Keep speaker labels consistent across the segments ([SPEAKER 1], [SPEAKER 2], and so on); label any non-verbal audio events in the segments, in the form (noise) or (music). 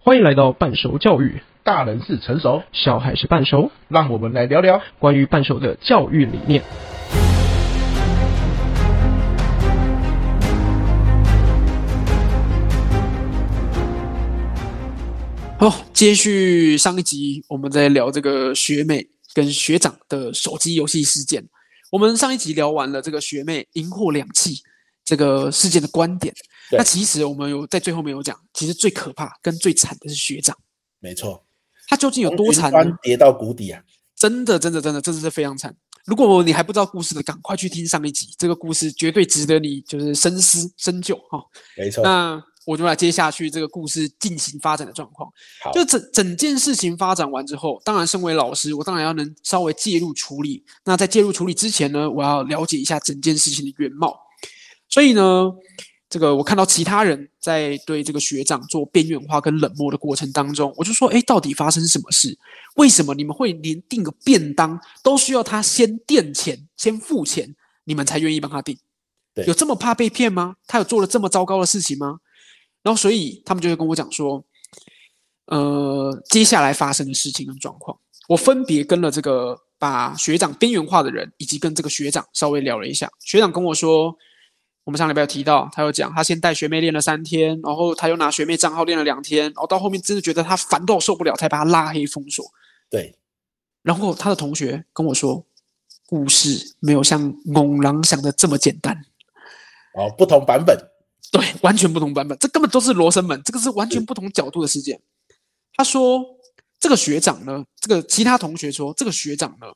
[SPEAKER 1] 欢迎来到半熟教育，
[SPEAKER 2] 大人是成熟，
[SPEAKER 1] 小孩是半熟，
[SPEAKER 2] 让我们来聊聊。
[SPEAKER 1] 关于半熟的教育理念。
[SPEAKER 3] 好，接续上一集，我们在聊这个学妹跟学长的手机游戏事件。我们上一集聊完了这个学妹赢获两气这个事件的观点。
[SPEAKER 2] 对
[SPEAKER 3] 那其实我们有在最后面有讲，其实最可怕跟最惨的是学长，
[SPEAKER 2] 没错，
[SPEAKER 3] 他究竟有多
[SPEAKER 2] 从
[SPEAKER 3] 惨
[SPEAKER 2] 云
[SPEAKER 3] 呢？
[SPEAKER 2] 端跌到谷底啊！
[SPEAKER 3] 真的，真的，真的，真的是非常惨。如果你还不知道故事的，赶快去听上一集，这个故事绝对值得你就是深思深究哈、
[SPEAKER 2] 没错，
[SPEAKER 3] 那我就来接下去这个故事进行发展的状况
[SPEAKER 2] 好。
[SPEAKER 3] 就整整件事情发展完之后，当然身为老师，我当然要能稍微介入处理。那在介入处理之前呢，我要了解一下整件事情的原貌。所以呢，这个我看到其他人在对这个学长做边缘化跟冷漠的过程当中，我就说：哎，到底发生什么事？为什么你们会连订个便当都需要他先垫钱、先付钱，你们才愿意帮他订？
[SPEAKER 2] 对
[SPEAKER 3] 有这么怕被骗吗？他有做了这么糟糕的事情吗？然后所以他们就会跟我讲说，呃，接下来发生的事情跟状况，我分别跟了这个把学长边缘化的人，以及跟这个学长稍微聊了一下。学长跟我说，我们上礼拜有提到，他有讲他先带学妹练了三天，然后他又拿学妹账号练了两天，然后到后面真的觉得他烦到受不了，才把他拉黑封锁。
[SPEAKER 2] 对，
[SPEAKER 3] 然后他的同学跟我说，故事没有像猛狼想的这么简单。
[SPEAKER 2] 哦，不同版本，
[SPEAKER 3] 对，完全不同版本，这根本都是罗生门，这个是完全不同角度的事件。他说，这个学长呢，这个其他同学说，这个学长呢，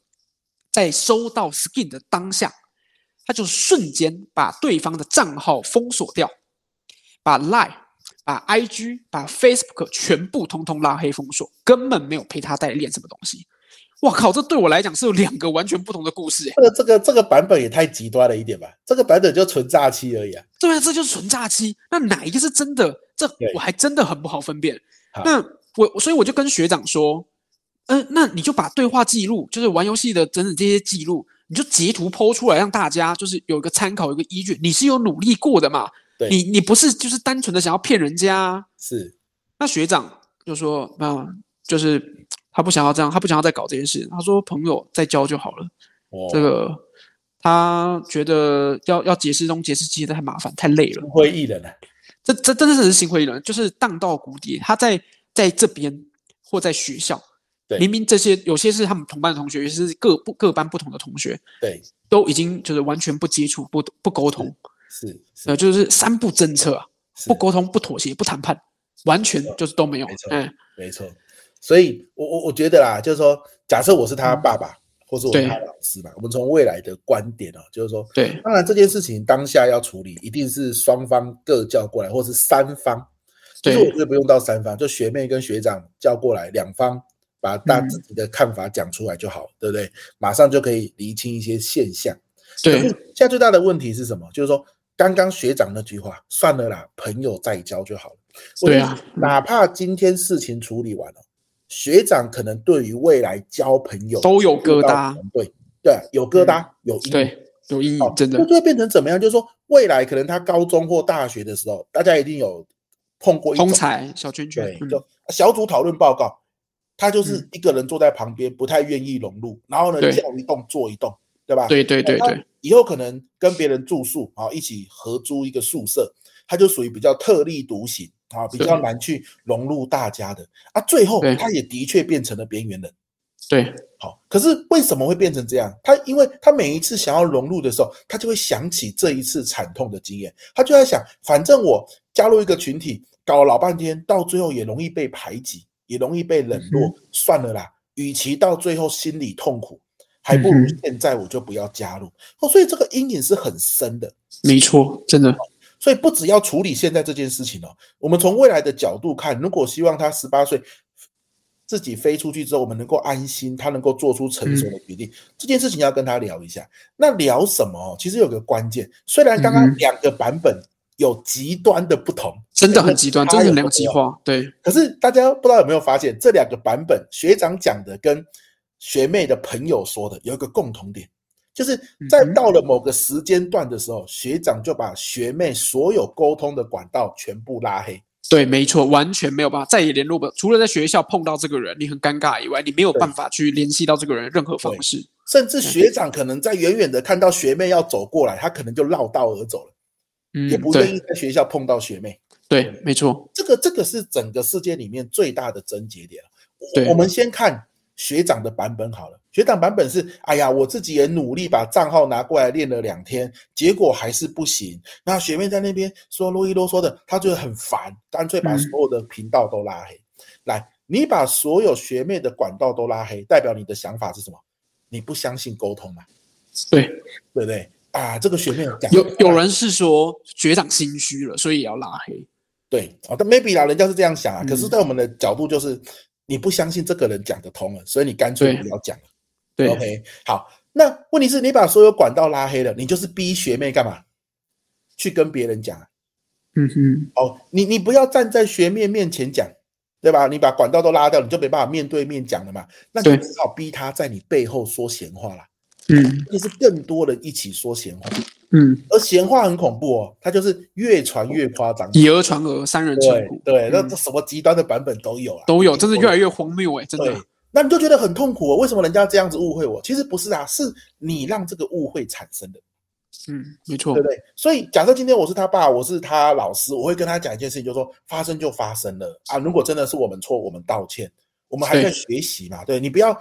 [SPEAKER 3] 在收到 skin 的当下，他就瞬间把对方的账号封锁掉，把 line、把 IG、把 Facebook 全部通通拉黑封锁，根本没有陪他代练什么东西。哇靠！这对我来讲是有两个完全不同的故事、欸，
[SPEAKER 2] 这个这个这个版本也太极端了一点吧？这个版本就纯诈欺而已啊！
[SPEAKER 3] 对啊，这就是纯诈欺。那哪一个是真的？这
[SPEAKER 2] 对
[SPEAKER 3] 我还真的很不好分辨
[SPEAKER 2] 好。
[SPEAKER 3] 那我所以我就跟学长说，嗯、那你就把对话记录，就是玩游戏的整整这些记录，你就截图剖出来，让大家就是有一个参考，有一个依据。你是有努力过的嘛？
[SPEAKER 2] 对
[SPEAKER 3] 你你不是就是单纯的想要骗人家啊、
[SPEAKER 2] 是
[SPEAKER 3] 那学长就说啊、就是他不想要这样，他不想要再搞这些事。他说朋友再交就好了。
[SPEAKER 2] 哦，
[SPEAKER 3] 这个他觉得要要解释东解释西的太麻烦，太累了
[SPEAKER 2] 不。会艺人啊，
[SPEAKER 3] 这这真的是心灰意冷，就是荡到谷底。他在在这边或在学校
[SPEAKER 2] 对，
[SPEAKER 3] 明明这些有些是他们同班的同学，也是各不各班不同的同学，
[SPEAKER 2] 对，
[SPEAKER 3] 都已经就是完全不接触、不不沟通，
[SPEAKER 2] 是是
[SPEAKER 3] 呃，就是三不政策啊，
[SPEAKER 2] 是
[SPEAKER 3] 不沟通、不妥协、不谈判，完全就是都没有
[SPEAKER 2] 没。错
[SPEAKER 3] 哎，
[SPEAKER 2] 没错，所以我我我觉得啦，就是说，假设我是
[SPEAKER 3] 嗯
[SPEAKER 2] 他爸爸，或是我是他的老师嘛，我们从未来的观点哦，就是说，
[SPEAKER 3] 对
[SPEAKER 2] 当然这件事情当下要处理，一定是双方各叫过来，或是三方。其实我
[SPEAKER 3] 对
[SPEAKER 2] 觉得不用到三方，就学妹跟学长叫过来，两方把大
[SPEAKER 3] 嗯
[SPEAKER 2] 自己的看法讲出来就好，对不对？马上就可以厘清一些现象。可是
[SPEAKER 3] 对
[SPEAKER 2] 现在最大的问题是什么？就是说刚刚学长那句话，算了啦，朋友再交就好了。我觉
[SPEAKER 3] 对
[SPEAKER 2] 得
[SPEAKER 3] 啊，
[SPEAKER 2] 哪怕今天事情处理完了，学长可能对于未来交朋友
[SPEAKER 3] 都有疙瘩，嗯
[SPEAKER 2] 对对，有疙瘩，有阴影。
[SPEAKER 3] 对有意义
[SPEAKER 2] 哦，，
[SPEAKER 3] 真的
[SPEAKER 2] 那就会变成怎么样？就是说，未来可能他高中或大学的时候，大家一定有碰过一种
[SPEAKER 3] 通才小圈圈
[SPEAKER 2] 对，，
[SPEAKER 3] 嗯
[SPEAKER 2] 就小组讨论报告，他就是
[SPEAKER 3] 嗯
[SPEAKER 2] 一个人坐在旁边，不太愿意融入，然后呢
[SPEAKER 3] 对
[SPEAKER 2] 叫一动做一动，对吧？
[SPEAKER 3] 对对对
[SPEAKER 2] 那
[SPEAKER 3] 对
[SPEAKER 2] 他以后可能跟别人住宿啊，一起合租一个宿舍，他就属于比较特立独行啊，比
[SPEAKER 3] 对
[SPEAKER 2] 较难去融入大家的啊。最后
[SPEAKER 3] 对
[SPEAKER 2] 他也的确变成了边缘人。
[SPEAKER 3] 对
[SPEAKER 2] 好，可是为什么会变成这样？他因为他每一次想要融入的时候，他就会想起这一次惨痛的经验，他就在想，反正我加入一个群体，搞了老半天，到最后也容易被排挤，也容易被冷
[SPEAKER 3] 嗯
[SPEAKER 2] 落，算了啦，与其到最后心里痛苦，还不如
[SPEAKER 3] 嗯哼
[SPEAKER 2] 现在我就不要加入。哦，所以这个阴影是很深的。
[SPEAKER 3] 没错，真
[SPEAKER 2] 哦
[SPEAKER 3] 的
[SPEAKER 2] 所以不只要处理现在这件事情哦，我们从未来的角度看，如果希望他十八岁自己飞出去之后，我们能够安心，他能够做出成熟
[SPEAKER 3] 嗯
[SPEAKER 2] 的决定，这件事情要跟他聊一下。那聊什么哦？其实有个关键，虽然刚
[SPEAKER 3] 嗯
[SPEAKER 2] 刚
[SPEAKER 3] 哼
[SPEAKER 2] 两个版本有极端的不同，
[SPEAKER 3] 真的很极端，
[SPEAKER 2] 他
[SPEAKER 3] 真的
[SPEAKER 2] 有
[SPEAKER 3] 很两
[SPEAKER 2] 朋
[SPEAKER 3] 极
[SPEAKER 2] 友
[SPEAKER 3] 化。对
[SPEAKER 2] 可是大家不知道有没有发现，这两个版本学长讲的跟学妹的朋友说的有一个共同点，就是在
[SPEAKER 3] 嗯哼
[SPEAKER 2] 到了某个时间段的时候，学长就把学妹所有沟通的管道全部拉黑。
[SPEAKER 3] 对，没错，完全没有办法，再也联络不，除了在学校碰到这个人，你很尴尬以外，你没有办法去联系到这个人的任何方式。
[SPEAKER 2] 甚至学长可能在远远的看到学妹要走过来，他可能就绕道而走了，
[SPEAKER 3] 嗯
[SPEAKER 2] 也，不愿
[SPEAKER 3] 对
[SPEAKER 2] 意在学校碰到学妹。
[SPEAKER 3] 对，没错，
[SPEAKER 2] 这个这个是整个世界里面最大的症结点了啊
[SPEAKER 3] 对
[SPEAKER 2] 我我们先看学长的版本好了。学长版本是，哎呀，我自己也努力把账号拿过来练了两天，结果还是不行。那学妹在那边说啰里啰嗦的，她觉得很烦，干脆把
[SPEAKER 3] 嗯
[SPEAKER 2] 所有的频道都拉黑。来，你把所有学妹的管道都拉黑，代表你的想法是什么？你不相信沟通嘛？
[SPEAKER 3] 对。
[SPEAKER 2] 对不对？啊，这个学妹有讲
[SPEAKER 3] 有有人是说学长心虚了，所以也要拉黑。
[SPEAKER 2] 对啊，但 maybe 啦，人家是这样想啊。可是，
[SPEAKER 3] 嗯
[SPEAKER 2] 在我们的角度，就是你不相信这个人讲得通了，所以你干脆
[SPEAKER 3] 对
[SPEAKER 2] 不要讲了。
[SPEAKER 3] 对
[SPEAKER 2] OK，好。那问题是你把所有管道拉黑了，你就是逼学妹干嘛？去跟别人讲啊
[SPEAKER 3] 嗯哼，
[SPEAKER 2] 哦，你你不要站在学妹面前讲，对吧？你把管道都拉掉，你就没办法面对面讲了嘛。那你
[SPEAKER 3] 对
[SPEAKER 2] 只好逼他在你背后说闲话啦，
[SPEAKER 3] 嗯
[SPEAKER 2] 就是更多人一起说闲话，
[SPEAKER 3] 嗯，
[SPEAKER 2] 而闲话很恐怖哦，它就是越传越夸张。
[SPEAKER 3] 以讹传讹，三人成
[SPEAKER 2] 对
[SPEAKER 3] 虎，
[SPEAKER 2] 对，那
[SPEAKER 3] 嗯
[SPEAKER 2] 这什么极端的版本都有啊，
[SPEAKER 3] 都有，真是越来越荒谬哎、真
[SPEAKER 2] 对
[SPEAKER 3] 的。，
[SPEAKER 2] 那你就觉得很痛苦、哦，为什么人家这样子误会我？其实不是啊，是你让这个误会产生的，
[SPEAKER 3] 嗯，没错
[SPEAKER 2] 对不，对？所以假设今天我是他爸，我是他老师，我会跟他讲一件事情，就是说发生就发生了啊，如果真的是我们错，我们道歉，我们还
[SPEAKER 3] 对
[SPEAKER 2] 在学习嘛，对你不要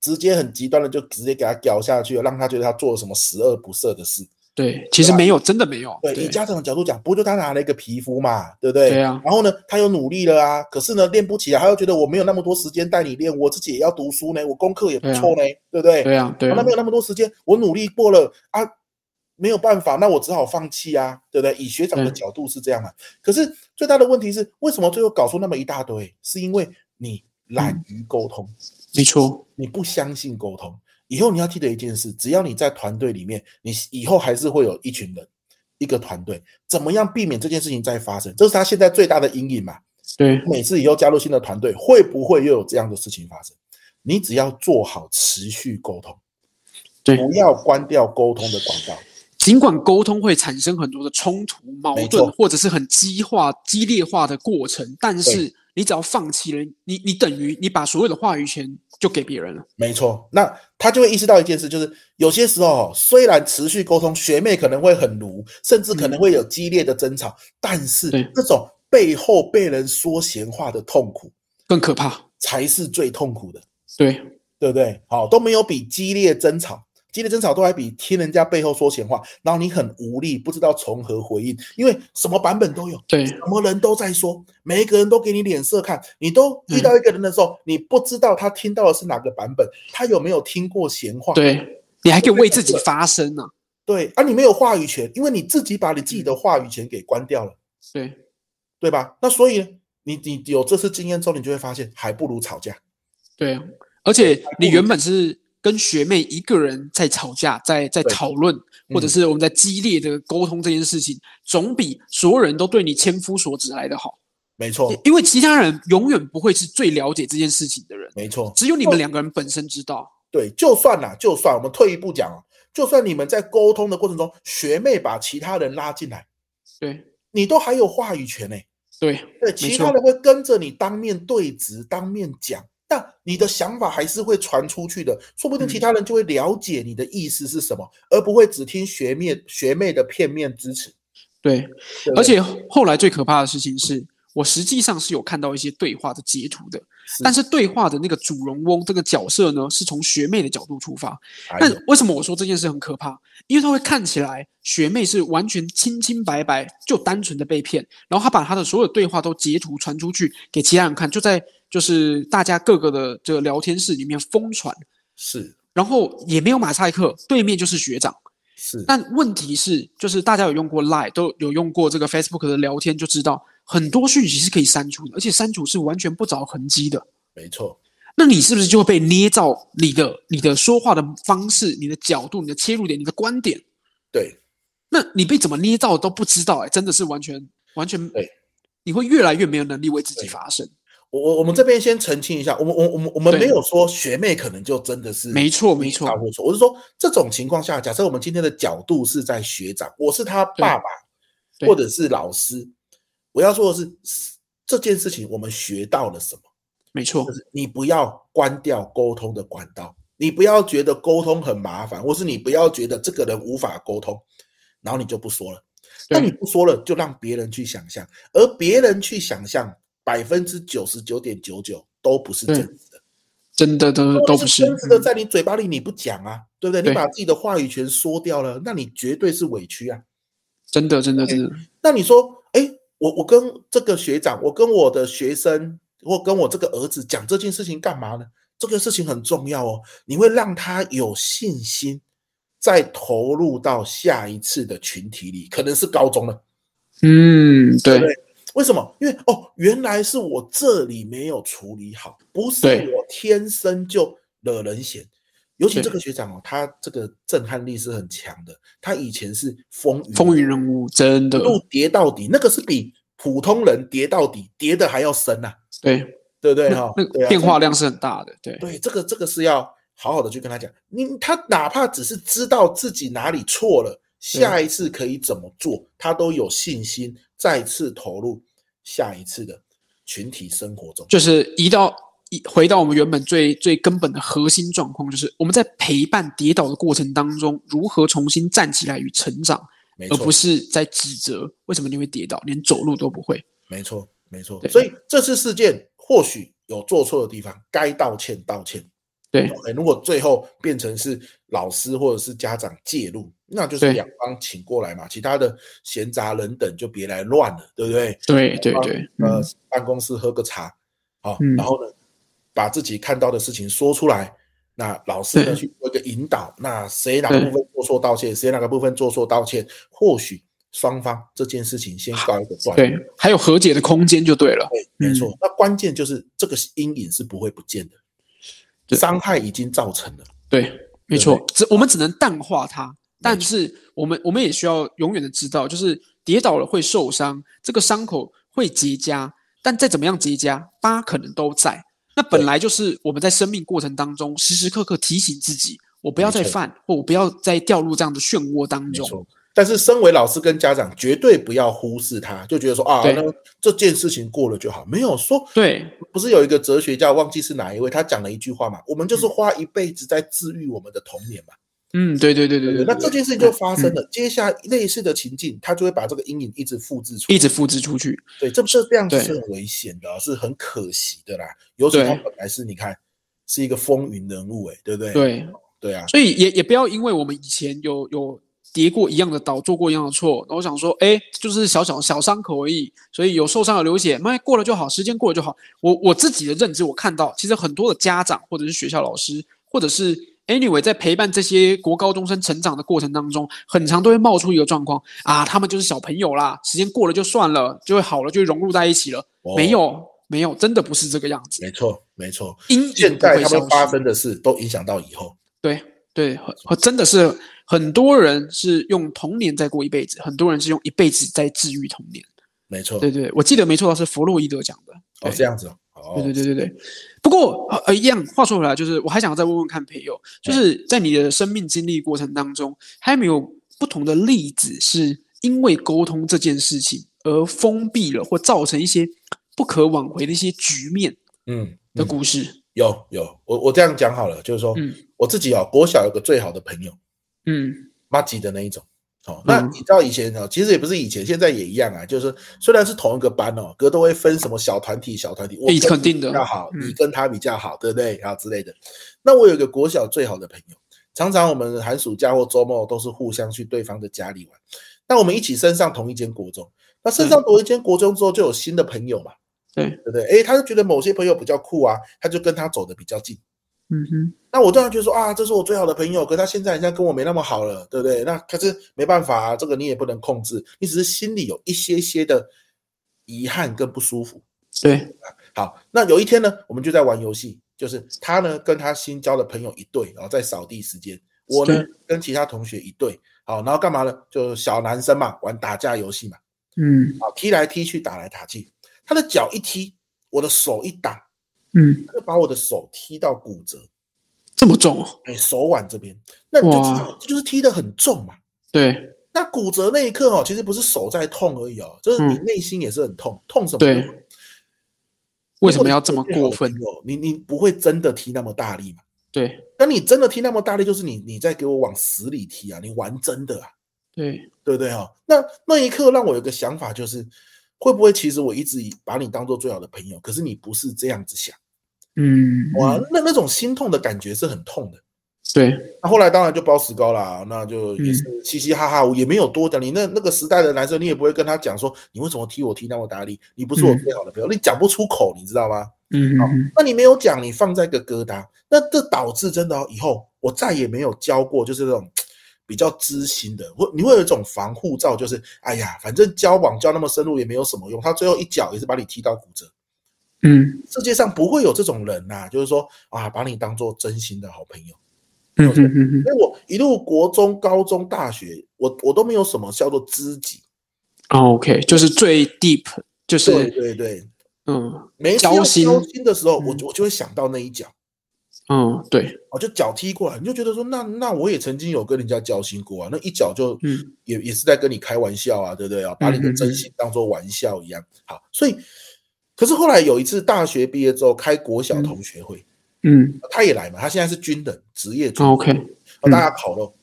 [SPEAKER 2] 直接很极端的就直接给他屌下去，让他觉得他做了什么十恶不赦的事。
[SPEAKER 3] 对，其实没有，真的没有。
[SPEAKER 2] 对，以家长的角度讲，不就他拿了一个皮肤嘛，对不对？
[SPEAKER 3] 对啊
[SPEAKER 2] 然后呢，他又努力了啊，可是呢，练不起来，他又觉得我没有那么多时间带你练，我自己也要读书呢，我功课也不错呢，对不对？
[SPEAKER 3] 对啊，对
[SPEAKER 2] 那
[SPEAKER 3] 啊
[SPEAKER 2] 没，有那么多时间，我努力过了啊，没有办法，那我只好放弃啊，对不对？以学长的
[SPEAKER 3] 嗯
[SPEAKER 2] 角度是这样啊，可是最大的问题是，为什么最后搞出那么一大堆？是因为你懒于沟通，
[SPEAKER 3] 没错，
[SPEAKER 2] 你不相信沟通。以后你要记得一件事，只要你在团队里面，你以后还是会有一群人，一个团队，怎么样避免这件事情再发生？这是他现在最大的阴影嘛。
[SPEAKER 3] 对，
[SPEAKER 2] 每次以后加入新的团队，会不会又有这样的事情发生？你只要做好持续沟通，
[SPEAKER 3] 对
[SPEAKER 2] 不要关掉沟通的管道。
[SPEAKER 3] 尽管沟通会产生很多的冲突、矛
[SPEAKER 2] 没
[SPEAKER 3] 盾
[SPEAKER 2] 错，
[SPEAKER 3] 或者是很激化、激烈化的过程，但是你只要放弃了，你你等于你把所有的话语权就给别人了。
[SPEAKER 2] 没错，那他就会意识到一件事，就是有些时候哦虽然持续沟通，学妹可能会很奴，甚至可能会有激烈的争吵，但是
[SPEAKER 3] 对
[SPEAKER 2] 这种背后被人说闲话的痛苦
[SPEAKER 3] 更可怕。
[SPEAKER 2] 才是最痛苦的，
[SPEAKER 3] 对，
[SPEAKER 2] 对不对？好、都没有比激烈争吵，激烈争吵都还比听人家背后说闲话，然后你很无力，不知道从何回应，因为什么版本都有，
[SPEAKER 3] 对，
[SPEAKER 2] 什么人都在说，每一个人都给你脸色看。你都遇到一个人的时候，你不知道他听到的是哪个版本，他有没有听过闲话？
[SPEAKER 3] 对，你还可以为自己发声呢、啊。
[SPEAKER 2] 对啊，你没有话语权，因为你自己把你自己
[SPEAKER 3] 嗯
[SPEAKER 2] 的话语权给关掉了，
[SPEAKER 3] 对，
[SPEAKER 2] 对吧？那所以你你有这次经验之后，你就会发现，还不如吵架。
[SPEAKER 3] 对啊，而且你原本是跟学妹一个人在吵架，在在
[SPEAKER 2] 对嗯
[SPEAKER 3] 讨论，或者是我们在激烈的沟通这件事情，总比所有人都对你千夫所指来的好。
[SPEAKER 2] 没错，
[SPEAKER 3] 因为其他人永远不会是最了解这件事情的人，
[SPEAKER 2] 没错。
[SPEAKER 3] 只有你们两个人本身知道。
[SPEAKER 2] 对，就算啦，就算我们退一步讲哦，就算你们在沟通的过程中，学妹把其他人拉进来，
[SPEAKER 3] 对
[SPEAKER 2] 你都还有话语权呢、
[SPEAKER 3] 对
[SPEAKER 2] 对，
[SPEAKER 3] 错
[SPEAKER 2] 其他人会跟着你当面对质、当面讲，但你的想法还是会传出去的，说不定其
[SPEAKER 3] 嗯
[SPEAKER 2] 他人就会了解你的意思是什么，而不会只听学妹学妹的片面支持。
[SPEAKER 3] 对，
[SPEAKER 2] 对不
[SPEAKER 3] 而
[SPEAKER 2] 对
[SPEAKER 3] 且后来最可怕的事情是。我实际上是有看到一些对话的截图的，但是对话的那个主人翁这个角色呢，是从学妹的角度出发，
[SPEAKER 2] 哎
[SPEAKER 3] 但
[SPEAKER 2] 呦
[SPEAKER 3] 为什么我说这件事很可怕？因为她会看起来学妹是完全清清白白，就单纯的被骗，然后她把她的所有对话都截图传出去给其他人看，就在就是大家各个的这个聊天室里面疯传，
[SPEAKER 2] 是
[SPEAKER 3] 然后也没有马赛克，对面就是学长。
[SPEAKER 2] 是
[SPEAKER 3] 但问题是，就是大家有用过 Line，都有用过这个 Facebook 的聊天，就知道很多讯息是可以删除的，而且删除是完全不着痕迹的。
[SPEAKER 2] 没错，
[SPEAKER 3] 那你是不是就会被捏造你的你的说话的方式、你的角度、你的切入点、你的观点？
[SPEAKER 2] 对
[SPEAKER 3] 那你被怎么捏造都不知道、哎，真的是完全完全
[SPEAKER 2] 对，
[SPEAKER 3] 你会越来越没有能力为自己
[SPEAKER 2] 对
[SPEAKER 3] 发声。
[SPEAKER 2] 我我我们这边先澄清一下，我们我我们我们
[SPEAKER 3] 对
[SPEAKER 2] 没有说学妹可能就真的是
[SPEAKER 3] 没错，没错
[SPEAKER 2] 差，不多。我是说，这种情况下，假设我们今天的角度是在学长，我是他爸爸
[SPEAKER 3] 对
[SPEAKER 2] 或者是老师，我要说的是，这件事情我们学到了什么？
[SPEAKER 3] 没错
[SPEAKER 2] 就，是你不要关掉沟通的管道，你不要觉得沟通很麻烦，或是你不要觉得这个人无法沟通，然后你就不说了。那
[SPEAKER 3] 对
[SPEAKER 2] 你不说了，就让别人去想象，而别人去想象百分之九十九点九九都不是真实的，
[SPEAKER 3] 真的都都不
[SPEAKER 2] 如果
[SPEAKER 3] 是
[SPEAKER 2] 真实的，
[SPEAKER 3] 嗯
[SPEAKER 2] 在你嘴巴里你不讲啊，对不对？
[SPEAKER 3] 对
[SPEAKER 2] 你把自己的话语权缩掉了，那你绝对是委屈啊。
[SPEAKER 3] 真的真的真的，
[SPEAKER 2] 那你说，哎，我我跟这个学长，我跟我的学生，或跟我这个儿子讲这件事情干嘛呢？这个事情很重要哦，你会让他有信心，再投入到下一次的群体里，可能是高中了。
[SPEAKER 3] 嗯，对
[SPEAKER 2] 对为什么？因为哦，原来是我这里没有处理好，不是
[SPEAKER 3] 对
[SPEAKER 2] 我天生就惹人嫌。尤其
[SPEAKER 3] 对
[SPEAKER 2] 这个学长哦，他这个震撼力是很强的。他以前是风雨
[SPEAKER 3] 风云人物真的
[SPEAKER 2] 一路跌到底，那个是比普通人跌到底跌的还要深呐、
[SPEAKER 3] 对，
[SPEAKER 2] 对不对
[SPEAKER 3] 那
[SPEAKER 2] 哈、
[SPEAKER 3] 那
[SPEAKER 2] 对
[SPEAKER 3] 个
[SPEAKER 2] 啊
[SPEAKER 3] 变化量是很大的，对
[SPEAKER 2] 对这个这个是要好好的去跟他讲，你他哪怕只是知道自己哪里错了，下一次可以怎么做，他都有信心再次投入下一次的群体生活中。
[SPEAKER 3] 就是移到移回到我们原本最最根本的核心状况，就是我们在陪伴跌倒的过程当中，如何重新站起来与成长，
[SPEAKER 2] 没
[SPEAKER 3] 而
[SPEAKER 2] 错，
[SPEAKER 3] 不是在指责为什么你会跌倒，连走路都不会。
[SPEAKER 2] 没错，没错
[SPEAKER 3] 对。
[SPEAKER 2] 所以这次事件或许有做错的地方，该道歉道歉。
[SPEAKER 3] 对
[SPEAKER 2] OK，如果最后变成是老师或者是家长介入，那就是
[SPEAKER 3] 对
[SPEAKER 2] 两方请过来嘛，其他的闲杂人等就别来乱了，对不对？
[SPEAKER 3] 对对对，
[SPEAKER 2] 呃
[SPEAKER 3] 嗯，，
[SPEAKER 2] 办公室喝个茶，好、
[SPEAKER 3] 嗯
[SPEAKER 2] 然后呢，把自己看到的事情说出来。那老师呢
[SPEAKER 3] 对
[SPEAKER 2] 去做一个引导，那谁哪个部分做错道歉，谁哪个部分做错道歉，或许双方这件事情先告一个段落。
[SPEAKER 3] 对，还有和解的空间就对了。
[SPEAKER 2] 对，没
[SPEAKER 3] 嗯
[SPEAKER 2] 错。那关键就是这个阴影是不会不见的，
[SPEAKER 3] 对
[SPEAKER 2] 伤害已经造成了。
[SPEAKER 3] 对，没
[SPEAKER 2] 对
[SPEAKER 3] 错，只我们只能淡化它，但是我们我们也需要永远的知道，就是跌倒了会受伤，这个伤口会结痂，但再怎么样结痂，疤可能都在。那本
[SPEAKER 2] 对
[SPEAKER 3] 来就是我们在生命过程当中时时刻刻提醒自己，我不要再
[SPEAKER 2] 没错
[SPEAKER 3] 犯，或我不要再掉入这样的漩涡当
[SPEAKER 2] 没
[SPEAKER 3] 中。
[SPEAKER 2] 错。但是，身为老师跟家长，绝对不要忽视他，就觉得说啊，
[SPEAKER 3] 对
[SPEAKER 2] 那这件事情过了就好。没有说，
[SPEAKER 3] 对，
[SPEAKER 2] 不是有一个哲学家，忘记是哪一位，他讲了一句话嘛，我们就是花一辈子在治愈我们的童年嘛。
[SPEAKER 3] 嗯，对对对对对，
[SPEAKER 2] 那这
[SPEAKER 3] 对嗯
[SPEAKER 2] 件事情就发生了，接下来类似的情境，他就会把这个阴影一直复制出来
[SPEAKER 3] 一。直复制出去。
[SPEAKER 2] 对，这这这样子
[SPEAKER 3] 对
[SPEAKER 2] 是很危险的啊、是很可惜的啦。尤其他
[SPEAKER 3] 对
[SPEAKER 2] 本来是你看是一个风云人物、哎，对不对？
[SPEAKER 3] 对，
[SPEAKER 2] 对啊，
[SPEAKER 3] 所以也也不要因为我们以前有有跌过一样的倒，做过一样的错，然后想说，哎，就是小小小伤口而已，所以有受伤有流血，妈过了就好，时间过了就好。我我自己的认知，我看到其实很多的家长或者是学校老师，或者是 anyway 在陪伴这些国高中生成长的过程当中，很常都会冒出一个状况啊，他们就是小朋友啦，时间过了就算了，就会好了，就会融入在一起了。
[SPEAKER 2] 哦
[SPEAKER 3] 没，有没有，真的不是这个样子，
[SPEAKER 2] 没错，没错。
[SPEAKER 3] 阴影
[SPEAKER 2] 现
[SPEAKER 3] 不
[SPEAKER 2] 在
[SPEAKER 3] 会
[SPEAKER 2] 他
[SPEAKER 3] 消
[SPEAKER 2] 们发
[SPEAKER 3] 失
[SPEAKER 2] 生的事都影响到以后，
[SPEAKER 3] 对对，很很真的是很多人是用童年在过一辈子，很多人是用一辈子在治愈童年。
[SPEAKER 2] 没错。
[SPEAKER 3] 对对，我记得没错的话是弗洛伊德讲的。
[SPEAKER 2] 哦，这样子哦，哦
[SPEAKER 3] 对对对对对。不过呃呃，一样，话说回来，就是我还想再问问看培友，就是在你的生命经历过程当中，还有没有不同的例子是因为沟通这件事情而封闭了或造成一些不可挽回的一些局面
[SPEAKER 2] 嗯，
[SPEAKER 3] 的
[SPEAKER 2] 嗯
[SPEAKER 3] 故事？
[SPEAKER 2] 有有，我我这样讲好了，就是说、
[SPEAKER 3] 嗯
[SPEAKER 2] 我自己哦，国小有个最好的朋友，
[SPEAKER 3] 嗯，
[SPEAKER 2] 妈吉的那一种。好、那
[SPEAKER 3] 嗯
[SPEAKER 2] 你知道以前哦，其实也不是以前，现在也一样啊。就是虽然是同一个班哦，可都会分什么小团体、小团体，我
[SPEAKER 3] 哎
[SPEAKER 2] 跟
[SPEAKER 3] 肯定
[SPEAKER 2] 你
[SPEAKER 3] 的
[SPEAKER 2] 比较好，
[SPEAKER 3] 嗯
[SPEAKER 2] 你跟他比较好，对不对？然后之类的。那我有一个国小最好的朋友，常常我们寒暑假或周末都是互相去对方的家里玩。那我们一起升上同一间国中，那升上同一间国中之后，就有新的朋友嘛，
[SPEAKER 3] 对，
[SPEAKER 2] 对不对？诶，他就觉得某些朋友比较酷啊，他就跟他走的比较近。
[SPEAKER 3] 嗯哼，
[SPEAKER 2] 那我当然觉得说啊，这是我最好的朋友，可他现在人家跟我没那么好了，对不对？那可是没办法啊，这个你也不能控制，你只是心里有一些些的遗憾跟不舒服。
[SPEAKER 3] 对，
[SPEAKER 2] 好，那有一天呢，我们就在玩游戏，就是他呢跟他新交的朋友一队，然后在扫地时间，我呢
[SPEAKER 3] 对
[SPEAKER 2] 跟其他同学一队，好，然后干嘛呢？就小男生嘛，玩打架游戏嘛，
[SPEAKER 3] 嗯
[SPEAKER 2] 好，踢来踢去，打来打去，他的脚一踢，我的手一挡，
[SPEAKER 3] 嗯，
[SPEAKER 2] 他就把我的手踢到骨折。
[SPEAKER 3] 这么重哦，
[SPEAKER 2] 哎，手腕这边，那你就知道
[SPEAKER 3] 哇，
[SPEAKER 2] 这就是踢得很重嘛。
[SPEAKER 3] 对。
[SPEAKER 2] 那骨折那一刻哦，其实不是手在痛而已哦，就是你
[SPEAKER 3] 嗯
[SPEAKER 2] 内心也是很痛，痛什么？
[SPEAKER 3] 对，为什么要这么过分？
[SPEAKER 2] 哦，你你不会真的踢那么大力嘛？
[SPEAKER 3] 对
[SPEAKER 2] 那你真的踢那么大力，就是你你在给我往死里踢啊，你玩真的啊，
[SPEAKER 3] 对，
[SPEAKER 2] 对不对哦？那那一刻让我有个想法，就是会不会其实我一直以把你当做最好的朋友，可是你不是这样子想
[SPEAKER 3] 嗯，
[SPEAKER 2] 哇
[SPEAKER 3] 嗯，
[SPEAKER 2] 那那种心痛的感觉是很痛的。
[SPEAKER 3] 对
[SPEAKER 2] 那后来当然就包石膏啦，那就也是嘻嘻哈哈，也没有多讲。你那那个时代的男生，你也不会跟他讲说你为什么踢我踢那么大力，你不是我
[SPEAKER 3] 嗯
[SPEAKER 2] 最好的朋友，你讲不出口，你知道吗？
[SPEAKER 3] 嗯，嗯嗯
[SPEAKER 2] 那你没有讲，你放在一个疙瘩，那这导致真的、哦、以后我再也没有教过，就是这种比较知心的，会你会有一种防护罩，就是哎呀，反正交往交那么深入也没有什么用，他最后一脚也是把你踢到骨折。
[SPEAKER 3] 嗯
[SPEAKER 2] 世界上不会有这种人呐、就是说啊，把你当做真心的好朋友。
[SPEAKER 3] 嗯嗯嗯嗯
[SPEAKER 2] 因为我一路国中、高中、大学，我我都没有什么叫做知己。
[SPEAKER 3] 哦，OK，就是最 deep，就
[SPEAKER 2] 对
[SPEAKER 3] 是
[SPEAKER 2] 对对，
[SPEAKER 3] 嗯
[SPEAKER 2] 每一次要
[SPEAKER 3] 交
[SPEAKER 2] 交
[SPEAKER 3] 心
[SPEAKER 2] 心的时候，我
[SPEAKER 3] 嗯
[SPEAKER 2] 我就会想到那一脚。
[SPEAKER 3] 嗯，对，
[SPEAKER 2] 哦，就脚踢过来，你就觉得说，那那我也曾经有跟人家交心过啊，那一脚就
[SPEAKER 3] 嗯
[SPEAKER 2] 也也是在跟你开玩笑啊，对不对啊？把你的真心当做玩笑一样。好，所以，可是后来有一次大学毕业之后开国小同学会，
[SPEAKER 3] 嗯
[SPEAKER 2] 他也来嘛，他现在是军人，职业军人，
[SPEAKER 3] ，OK，
[SPEAKER 2] 哦大家烤肉，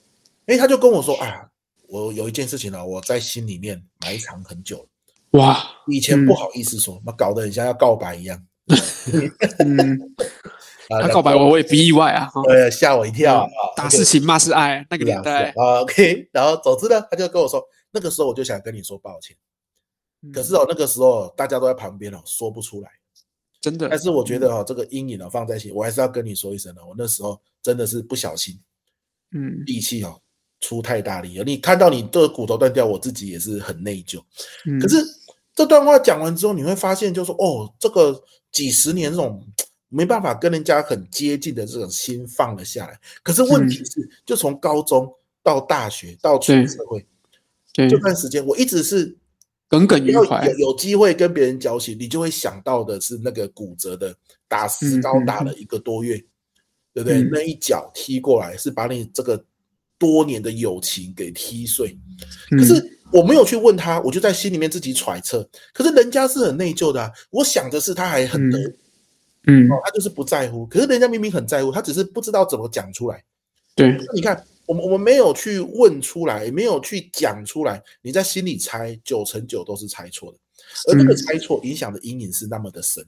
[SPEAKER 2] 哎，他就跟我说，哎呀，我有一件事情啊，我在心里面埋藏很久了，
[SPEAKER 3] 哇，
[SPEAKER 2] 以前不好意思说，那搞得很像要告白一样。
[SPEAKER 3] 嗯，
[SPEAKER 2] 啊
[SPEAKER 3] 他告白，我，我也不意外啊，哈
[SPEAKER 2] 呃，吓我一跳啊！
[SPEAKER 3] 打
[SPEAKER 2] OK
[SPEAKER 3] 是情，骂是爱，那个年代，
[SPEAKER 2] 啊，OK。然 (laughs) 后总之呢，他就跟我说，那个时候我就想跟你说抱歉，可是哦，那个时候大家都在旁边哦，说不出来。
[SPEAKER 3] 真的
[SPEAKER 2] 但，是我觉
[SPEAKER 3] 嗯
[SPEAKER 2] 得哦，这个阴影哦放在一起，我还是要跟你说一声哦的，我那时候真的是不小心
[SPEAKER 3] 嗯
[SPEAKER 2] 力气哦出太大力了。你看到你这个骨头断掉，我自己也是很内疚。
[SPEAKER 3] 嗯，
[SPEAKER 2] 可是这段话讲完之后，你会发现，就是说哦，这个几十年这种没办法跟人家很接近的这种心放了下来。可是问题是，就从高中到大学到出
[SPEAKER 3] 嗯对
[SPEAKER 2] 社会
[SPEAKER 3] 对
[SPEAKER 2] 这，段时间，我一直是
[SPEAKER 3] 耿耿于
[SPEAKER 2] 要
[SPEAKER 3] 怀
[SPEAKER 2] 有，有机会跟别人交心，你就会想到的是那个骨折的打石膏
[SPEAKER 3] 嗯嗯
[SPEAKER 2] 打了一个多月，对不对？
[SPEAKER 3] 嗯
[SPEAKER 2] 那一脚踢过来是把你这个多年的友情给踢碎。可
[SPEAKER 3] 嗯
[SPEAKER 2] 是我没有去问他，我就在心里面自己揣测。可是人家是很内疚的、啊，我想的是他还很得意、
[SPEAKER 3] 嗯，
[SPEAKER 2] 哦，他就是不在乎。可是人家明明很在乎，他只是不知道怎么讲出来。
[SPEAKER 3] 对，
[SPEAKER 2] 那你看，我们我们没有去问出来，也没有去讲出来，你在心里猜，九成九都是猜错的。而那个
[SPEAKER 3] 嗯
[SPEAKER 2] 猜错影响的阴影是那么的深。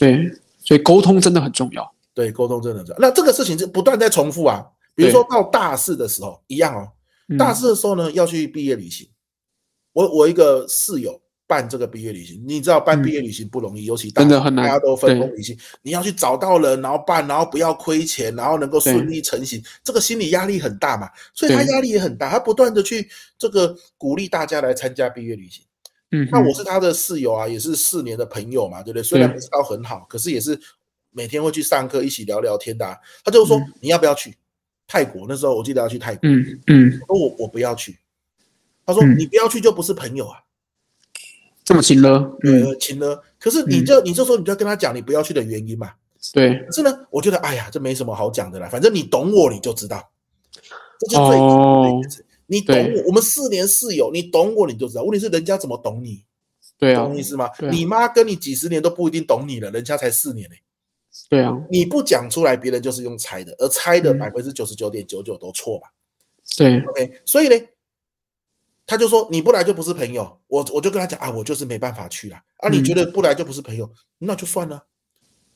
[SPEAKER 3] 对，所以沟通真的很重要。
[SPEAKER 2] 对，沟通真的很重要。那这个事情是不断在重复啊。比如
[SPEAKER 3] 对
[SPEAKER 2] 说到大四的时候，一样哦，
[SPEAKER 3] 嗯
[SPEAKER 2] 大四的时候呢，要去毕业旅行。我我一个室友办这个毕业旅行，你知道办
[SPEAKER 3] 嗯
[SPEAKER 2] 毕业旅行不容易，尤其大
[SPEAKER 3] 真的很难
[SPEAKER 2] 大家都分
[SPEAKER 3] 对
[SPEAKER 2] 工旅行，你要去找到人，然后办，然后不要亏钱，然后能够顺
[SPEAKER 3] 对
[SPEAKER 2] 利成行，这个心理压力很大嘛，所以他
[SPEAKER 3] 对
[SPEAKER 2] 压力也很大，他不断的去这个鼓励大家来参加毕业旅行。
[SPEAKER 3] 嗯哼，
[SPEAKER 2] 那我是他的室友啊，也是四年的朋友嘛，对不对？虽然
[SPEAKER 3] 对
[SPEAKER 2] 不知道很好，可是也是每天会去上课，一起聊聊天的、啊。他就说、
[SPEAKER 3] 嗯
[SPEAKER 2] 你要不要去泰国？那时候我记得要去泰国，
[SPEAKER 3] 嗯嗯，
[SPEAKER 2] 我说我我不要去。他说、
[SPEAKER 3] 嗯
[SPEAKER 2] 你不要去就不是朋友啊，
[SPEAKER 3] 这么勤了，嗯，
[SPEAKER 2] 呃，亲了。可是你这、你这时候你就跟他讲你不要去的原因嘛。
[SPEAKER 3] 对，
[SPEAKER 2] 可是呢，我觉得哎呀，这没什么好讲的啦，反正你懂我你就知道，这就是最基本的一
[SPEAKER 3] 哦
[SPEAKER 2] 件，事。你懂
[SPEAKER 3] 对
[SPEAKER 2] 我，我们四年室友，你懂我你就知道。问题是人家怎么懂你？
[SPEAKER 3] 对啊
[SPEAKER 2] 懂，意思吗？
[SPEAKER 3] 对啊
[SPEAKER 2] 你妈跟你几十年都不一定懂你了，人家才四年呢、
[SPEAKER 3] 对啊，
[SPEAKER 2] 你不讲出来，别人就是用猜的，而猜的
[SPEAKER 3] 嗯
[SPEAKER 2] 百分之九十九点九九都错嘛。
[SPEAKER 3] 对，
[SPEAKER 2] OK，所以呢，他就说你不来就不是朋友，我我就跟他讲啊，我就是没办法去了啊，你
[SPEAKER 3] 嗯
[SPEAKER 2] 觉得不来就不是朋友，那就算了。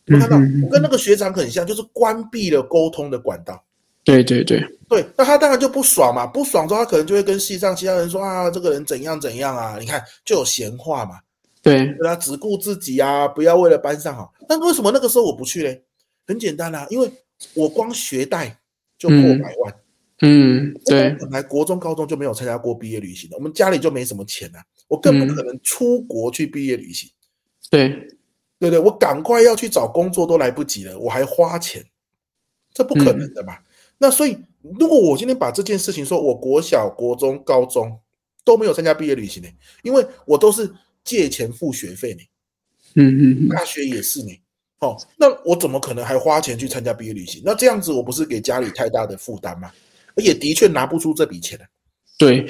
[SPEAKER 2] 我
[SPEAKER 3] 嗯
[SPEAKER 2] 看到
[SPEAKER 3] 嗯嗯
[SPEAKER 2] 我跟那个学长很像，就是关闭了沟通的管道。
[SPEAKER 3] 对对对，
[SPEAKER 2] 对，那他当然就不爽嘛，不爽之后他可能就会跟系上其他人说啊，这个人怎样怎样啊，你看就有闲话嘛。
[SPEAKER 3] 对，
[SPEAKER 2] 对啊，只顾自己啊，不要为了班上好。但为什么那个时候我不去嘞？很简单啦、啊因为我光学贷就破百万。
[SPEAKER 3] 嗯对
[SPEAKER 2] 我，本来国中、高中就没有参加过毕业旅行的，我们家里就没什么钱啊，我更不可能出国去毕业旅行，
[SPEAKER 3] 对，
[SPEAKER 2] 对不对？我赶快要去找工作都来不及了，我还花钱，这不可能的嘛。那所以，如果我今天把这件事情说，我国小、国中、高中都没有参加毕业旅行呢、因为我都是借钱付学费呢、
[SPEAKER 3] 嗯嗯嗯，
[SPEAKER 2] 大学也是呢。哦，那我怎么可能还花钱去参加毕业旅行？那这样子我不是给家里太大的负担吗？而且的确拿不出这笔钱来。啊
[SPEAKER 3] 对，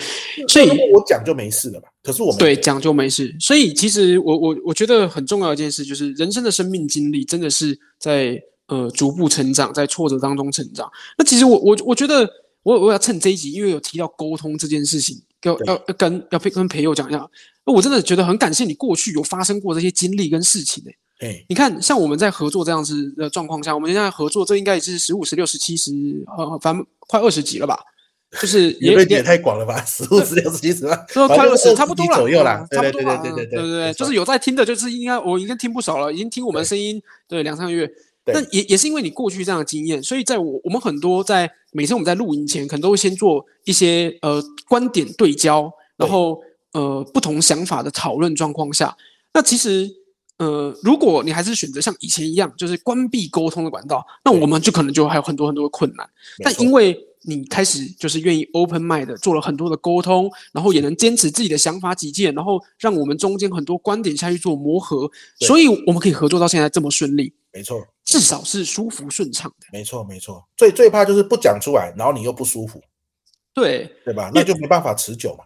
[SPEAKER 3] 所以
[SPEAKER 2] 如果我讲就没事了嘛。可是我们
[SPEAKER 3] 对，讲就没事。所以其实我我我觉得很重要的一件事就是，人生的生命经历真的是在呃逐步成长，在挫折当中成长。那其实我我我觉得我我要趁这一集，因为有提到沟通这件事情，要
[SPEAKER 2] 对
[SPEAKER 3] 要要跟要跟培友讲一下。我真的觉得很感谢你过去有发生过这些经历跟事情、欸
[SPEAKER 2] 哎，
[SPEAKER 3] 你看，像我们在合作这样子的状况下，我们现在合作，这应该也是十五、十六、十七、十呃，反正快二十集了吧？就是
[SPEAKER 2] 也
[SPEAKER 3] 也
[SPEAKER 2] 也太广了吧，十五、十六、十
[SPEAKER 3] (laughs)
[SPEAKER 2] 七、十八，
[SPEAKER 3] 说
[SPEAKER 2] 反
[SPEAKER 3] 快
[SPEAKER 2] 正
[SPEAKER 3] 二
[SPEAKER 2] 就是
[SPEAKER 3] 十，差不多
[SPEAKER 2] 20
[SPEAKER 3] 啦，
[SPEAKER 2] 左右啦。
[SPEAKER 3] 嗯差不
[SPEAKER 2] 对
[SPEAKER 3] 多
[SPEAKER 2] 对
[SPEAKER 3] 啦，
[SPEAKER 2] 对对
[SPEAKER 3] 嗯对
[SPEAKER 2] 对没错
[SPEAKER 3] 就是有在听的，就是应该我应该听不少了，已经听我们
[SPEAKER 2] 对
[SPEAKER 3] 声音，对两三个月。
[SPEAKER 2] 对
[SPEAKER 3] 那也也是因为你过去这样的经验，所以在我我们很多在每次我们在录音前，可能都会先做一些呃观点对焦，然后呃不同想法的讨论状况下，那其实呃如果你还是选择像以前一样，就是关闭沟通的管道，那
[SPEAKER 2] 对
[SPEAKER 3] 我们就可能就还有很多很多的困难。
[SPEAKER 2] 没
[SPEAKER 3] 但
[SPEAKER 2] 错
[SPEAKER 3] 因为你开始就是愿意 open mind 的做了很多的沟通，然后也能坚持自己的想法己见，然后让我们中间很多观点下去做磨合，
[SPEAKER 2] 对
[SPEAKER 3] 所以我们可以合作到现在这么顺利，
[SPEAKER 2] 没错
[SPEAKER 3] 至少是舒服顺畅的。
[SPEAKER 2] 没错没错，最最怕就是不讲出来，然后你又不舒服，
[SPEAKER 3] 对，
[SPEAKER 2] 对吧？那就没办法持久嘛。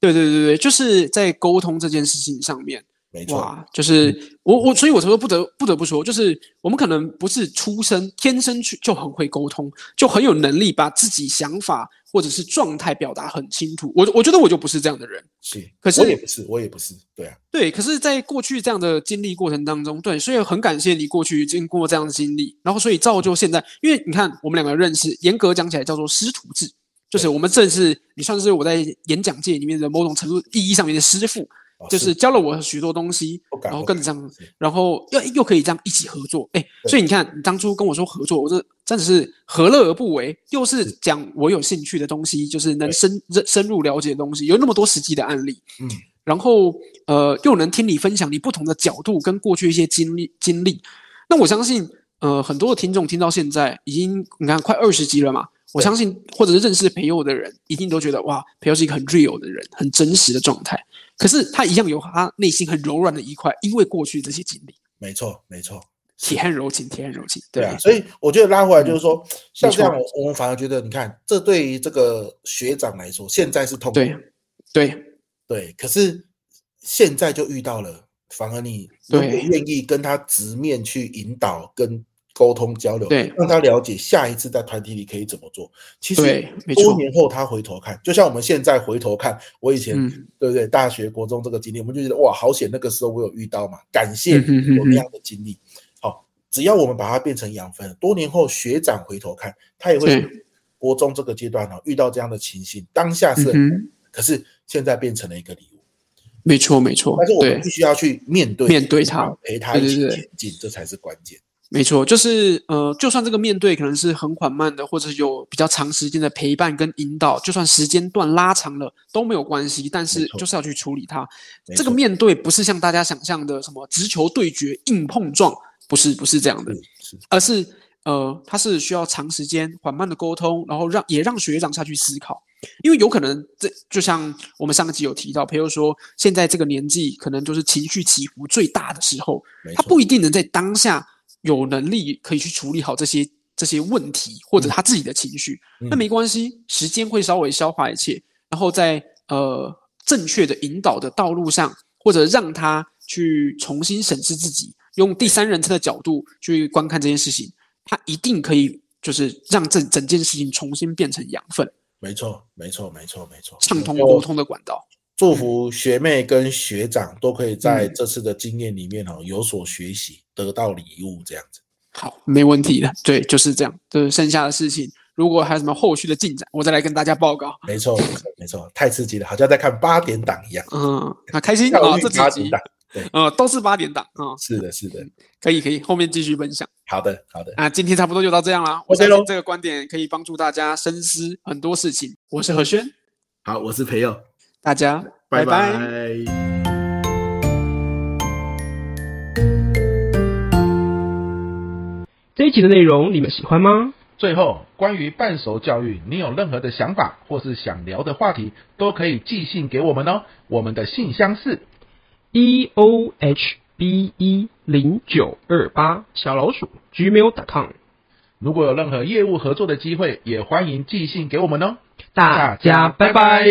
[SPEAKER 3] 对对对对，就是在沟通这件事情上面，
[SPEAKER 2] 没错，
[SPEAKER 3] 哇，就是我我，所以我才说不得不得不说，就是我们可能不是出生天生去就很会沟通，就很有能力把自己想法或者是状态表达很清楚。我我觉得我就不是这样的人。
[SPEAKER 2] 是。
[SPEAKER 3] 可是
[SPEAKER 2] 我也不是，我也不是，对啊，
[SPEAKER 3] 对，可是，在过去这样的经历过程当中，对，所以很感谢你过去经过这样的经历，然后所以造就现在，因为你看我们两个认识，严格讲起来叫做师徒制，就是
[SPEAKER 2] 对
[SPEAKER 3] 我们正是你算是我在演讲界里面的某种程度意义上面的师傅，
[SPEAKER 2] 哦
[SPEAKER 3] 就是教了我许多东西
[SPEAKER 2] 不，敢
[SPEAKER 3] 然后
[SPEAKER 2] 不
[SPEAKER 3] 跟
[SPEAKER 2] 敢
[SPEAKER 3] 你这样
[SPEAKER 2] 是，
[SPEAKER 3] 然后又又可以这样一起合作，哎，
[SPEAKER 2] 对
[SPEAKER 3] 所以你看，你当初跟我说合作，我这真的是何乐而不为？又是讲我有兴趣的东西，就是能
[SPEAKER 2] 对
[SPEAKER 3] 深认深入了解的东西，有那么多实际的案例，
[SPEAKER 2] 嗯，
[SPEAKER 3] 然后呃，又能听你分享你不同的角度跟过去一些经历经历，那我相信呃，很多的听众听到现在已经你看快二十集了嘛。我
[SPEAKER 2] 对
[SPEAKER 3] 相信，或者是认识培佑的人，一定都觉得哇，培佑是一个很 real 的人，很真实的状态。可是他一样有他内心很柔软的一块，因为过去这些经历，
[SPEAKER 2] 没错没错，
[SPEAKER 3] 铁汉柔情，铁汉柔情，
[SPEAKER 2] 对
[SPEAKER 3] 对嗯
[SPEAKER 2] 啊，所以我觉得拉回来就是说，像
[SPEAKER 3] 没
[SPEAKER 2] 这
[SPEAKER 3] 错
[SPEAKER 2] 样，我我们反而觉得，你看，这对于这个学长来说，现在是痛苦，
[SPEAKER 3] 对对
[SPEAKER 2] 对，可是现在就遇到了，反而你如果
[SPEAKER 3] 对
[SPEAKER 2] 愿意跟他直面去引导、跟沟通交流，
[SPEAKER 3] 对
[SPEAKER 2] 让他了解下一次在团体里可以怎么做。其实
[SPEAKER 3] 对没
[SPEAKER 2] 多
[SPEAKER 3] 错
[SPEAKER 2] 年后他回头看，就像我们现在回头看，我以前、
[SPEAKER 3] 嗯
[SPEAKER 2] 对不对？大学、国中这个经历，我们就觉得哇，好险那个时候我有遇到嘛，感谢
[SPEAKER 3] 嗯哼哼
[SPEAKER 2] 有
[SPEAKER 3] 哼
[SPEAKER 2] 那样的经历。好，只要我们把它变成养分，多年后学长回头看，他也会
[SPEAKER 3] 对
[SPEAKER 2] 觉得国中这个阶段呢、哦遇到这样的情形，当下是
[SPEAKER 3] 嗯
[SPEAKER 2] 很
[SPEAKER 3] 哼
[SPEAKER 2] 难的，可是现在变成了一个礼物。
[SPEAKER 3] 没错没错
[SPEAKER 2] 但是，我们
[SPEAKER 3] 对
[SPEAKER 2] 必须要去面对
[SPEAKER 3] 面对它，
[SPEAKER 2] 陪他一
[SPEAKER 3] 对
[SPEAKER 2] 起
[SPEAKER 3] 对对
[SPEAKER 2] 前进，这才是关键。
[SPEAKER 3] 没错，就是呃，就算这个面对可能是很缓慢的，或者是有比较长时间的陪伴跟引导，就算时间段拉长了都没有关系，但
[SPEAKER 2] 没
[SPEAKER 3] 是
[SPEAKER 2] 错
[SPEAKER 3] 就是要去处理它。
[SPEAKER 2] 没
[SPEAKER 3] 这个
[SPEAKER 2] 错
[SPEAKER 3] 面对不是像大家想象的什么直球对决、硬碰撞，不是不是这样的，
[SPEAKER 2] 嗯是
[SPEAKER 3] 而是呃，它是需要长时间缓慢的沟通，然后让也让学长下去思考，因为有可能这就像我们上一集有提到，朋友说现在这个年纪可能就是情绪起伏最大的时候，
[SPEAKER 2] 没
[SPEAKER 3] 他
[SPEAKER 2] 错，
[SPEAKER 3] 不一定能在当下有能力可以去处理好这些这些问题或者他自己的情绪，
[SPEAKER 2] 嗯
[SPEAKER 3] 那没关系，时间会稍微消化一切，然后在呃正确的引导的道路上，或者让他去重新审视自己，用第三人称的角度去观看这件事情，他一定可以就是让这整件事情重新变成养分，
[SPEAKER 2] 没错，没错，没错，没错。
[SPEAKER 3] 畅通
[SPEAKER 2] 我
[SPEAKER 3] 沟通的管道。
[SPEAKER 2] 祝福学妹跟学长都可以在
[SPEAKER 3] 嗯
[SPEAKER 2] 这次的经验里面哦有所学习，得到礼物这样子。
[SPEAKER 3] 好，没问题的，对，就是这样，就是剩下的事情。如果还有什么后续的进展，我再来跟大家报告。
[SPEAKER 2] 没错，没错，没错，太刺激了，好像在看八点档一样。
[SPEAKER 3] 嗯，那开心
[SPEAKER 2] 教
[SPEAKER 3] 啊，
[SPEAKER 2] 育
[SPEAKER 3] 这
[SPEAKER 2] 八
[SPEAKER 3] 几
[SPEAKER 2] 点
[SPEAKER 3] 集
[SPEAKER 2] 档，
[SPEAKER 3] 呃都是八点档啊、
[SPEAKER 2] 是的，是的，
[SPEAKER 3] 可以可以，后面继续分享
[SPEAKER 2] 好的，好的，
[SPEAKER 3] 啊。今天差不多就到这样啦。我
[SPEAKER 2] OK
[SPEAKER 3] 相
[SPEAKER 2] 咯
[SPEAKER 3] 信这个观点可以帮助大家深思很多事情。我是何轩，
[SPEAKER 2] 好，我是培佑，
[SPEAKER 3] 大家拜
[SPEAKER 2] 拜
[SPEAKER 1] 这一集的内容你们喜欢吗？
[SPEAKER 4] 最后，关于半熟教育，你有任何的想法或是想聊的话题，都可以寄信给我们哦。我们的信箱是
[SPEAKER 1] e o h b e 零九二八小老鼠 gmail.com。
[SPEAKER 4] 如果有任何业务合作的机会，也欢迎寄信给我们哦。
[SPEAKER 1] 大家拜拜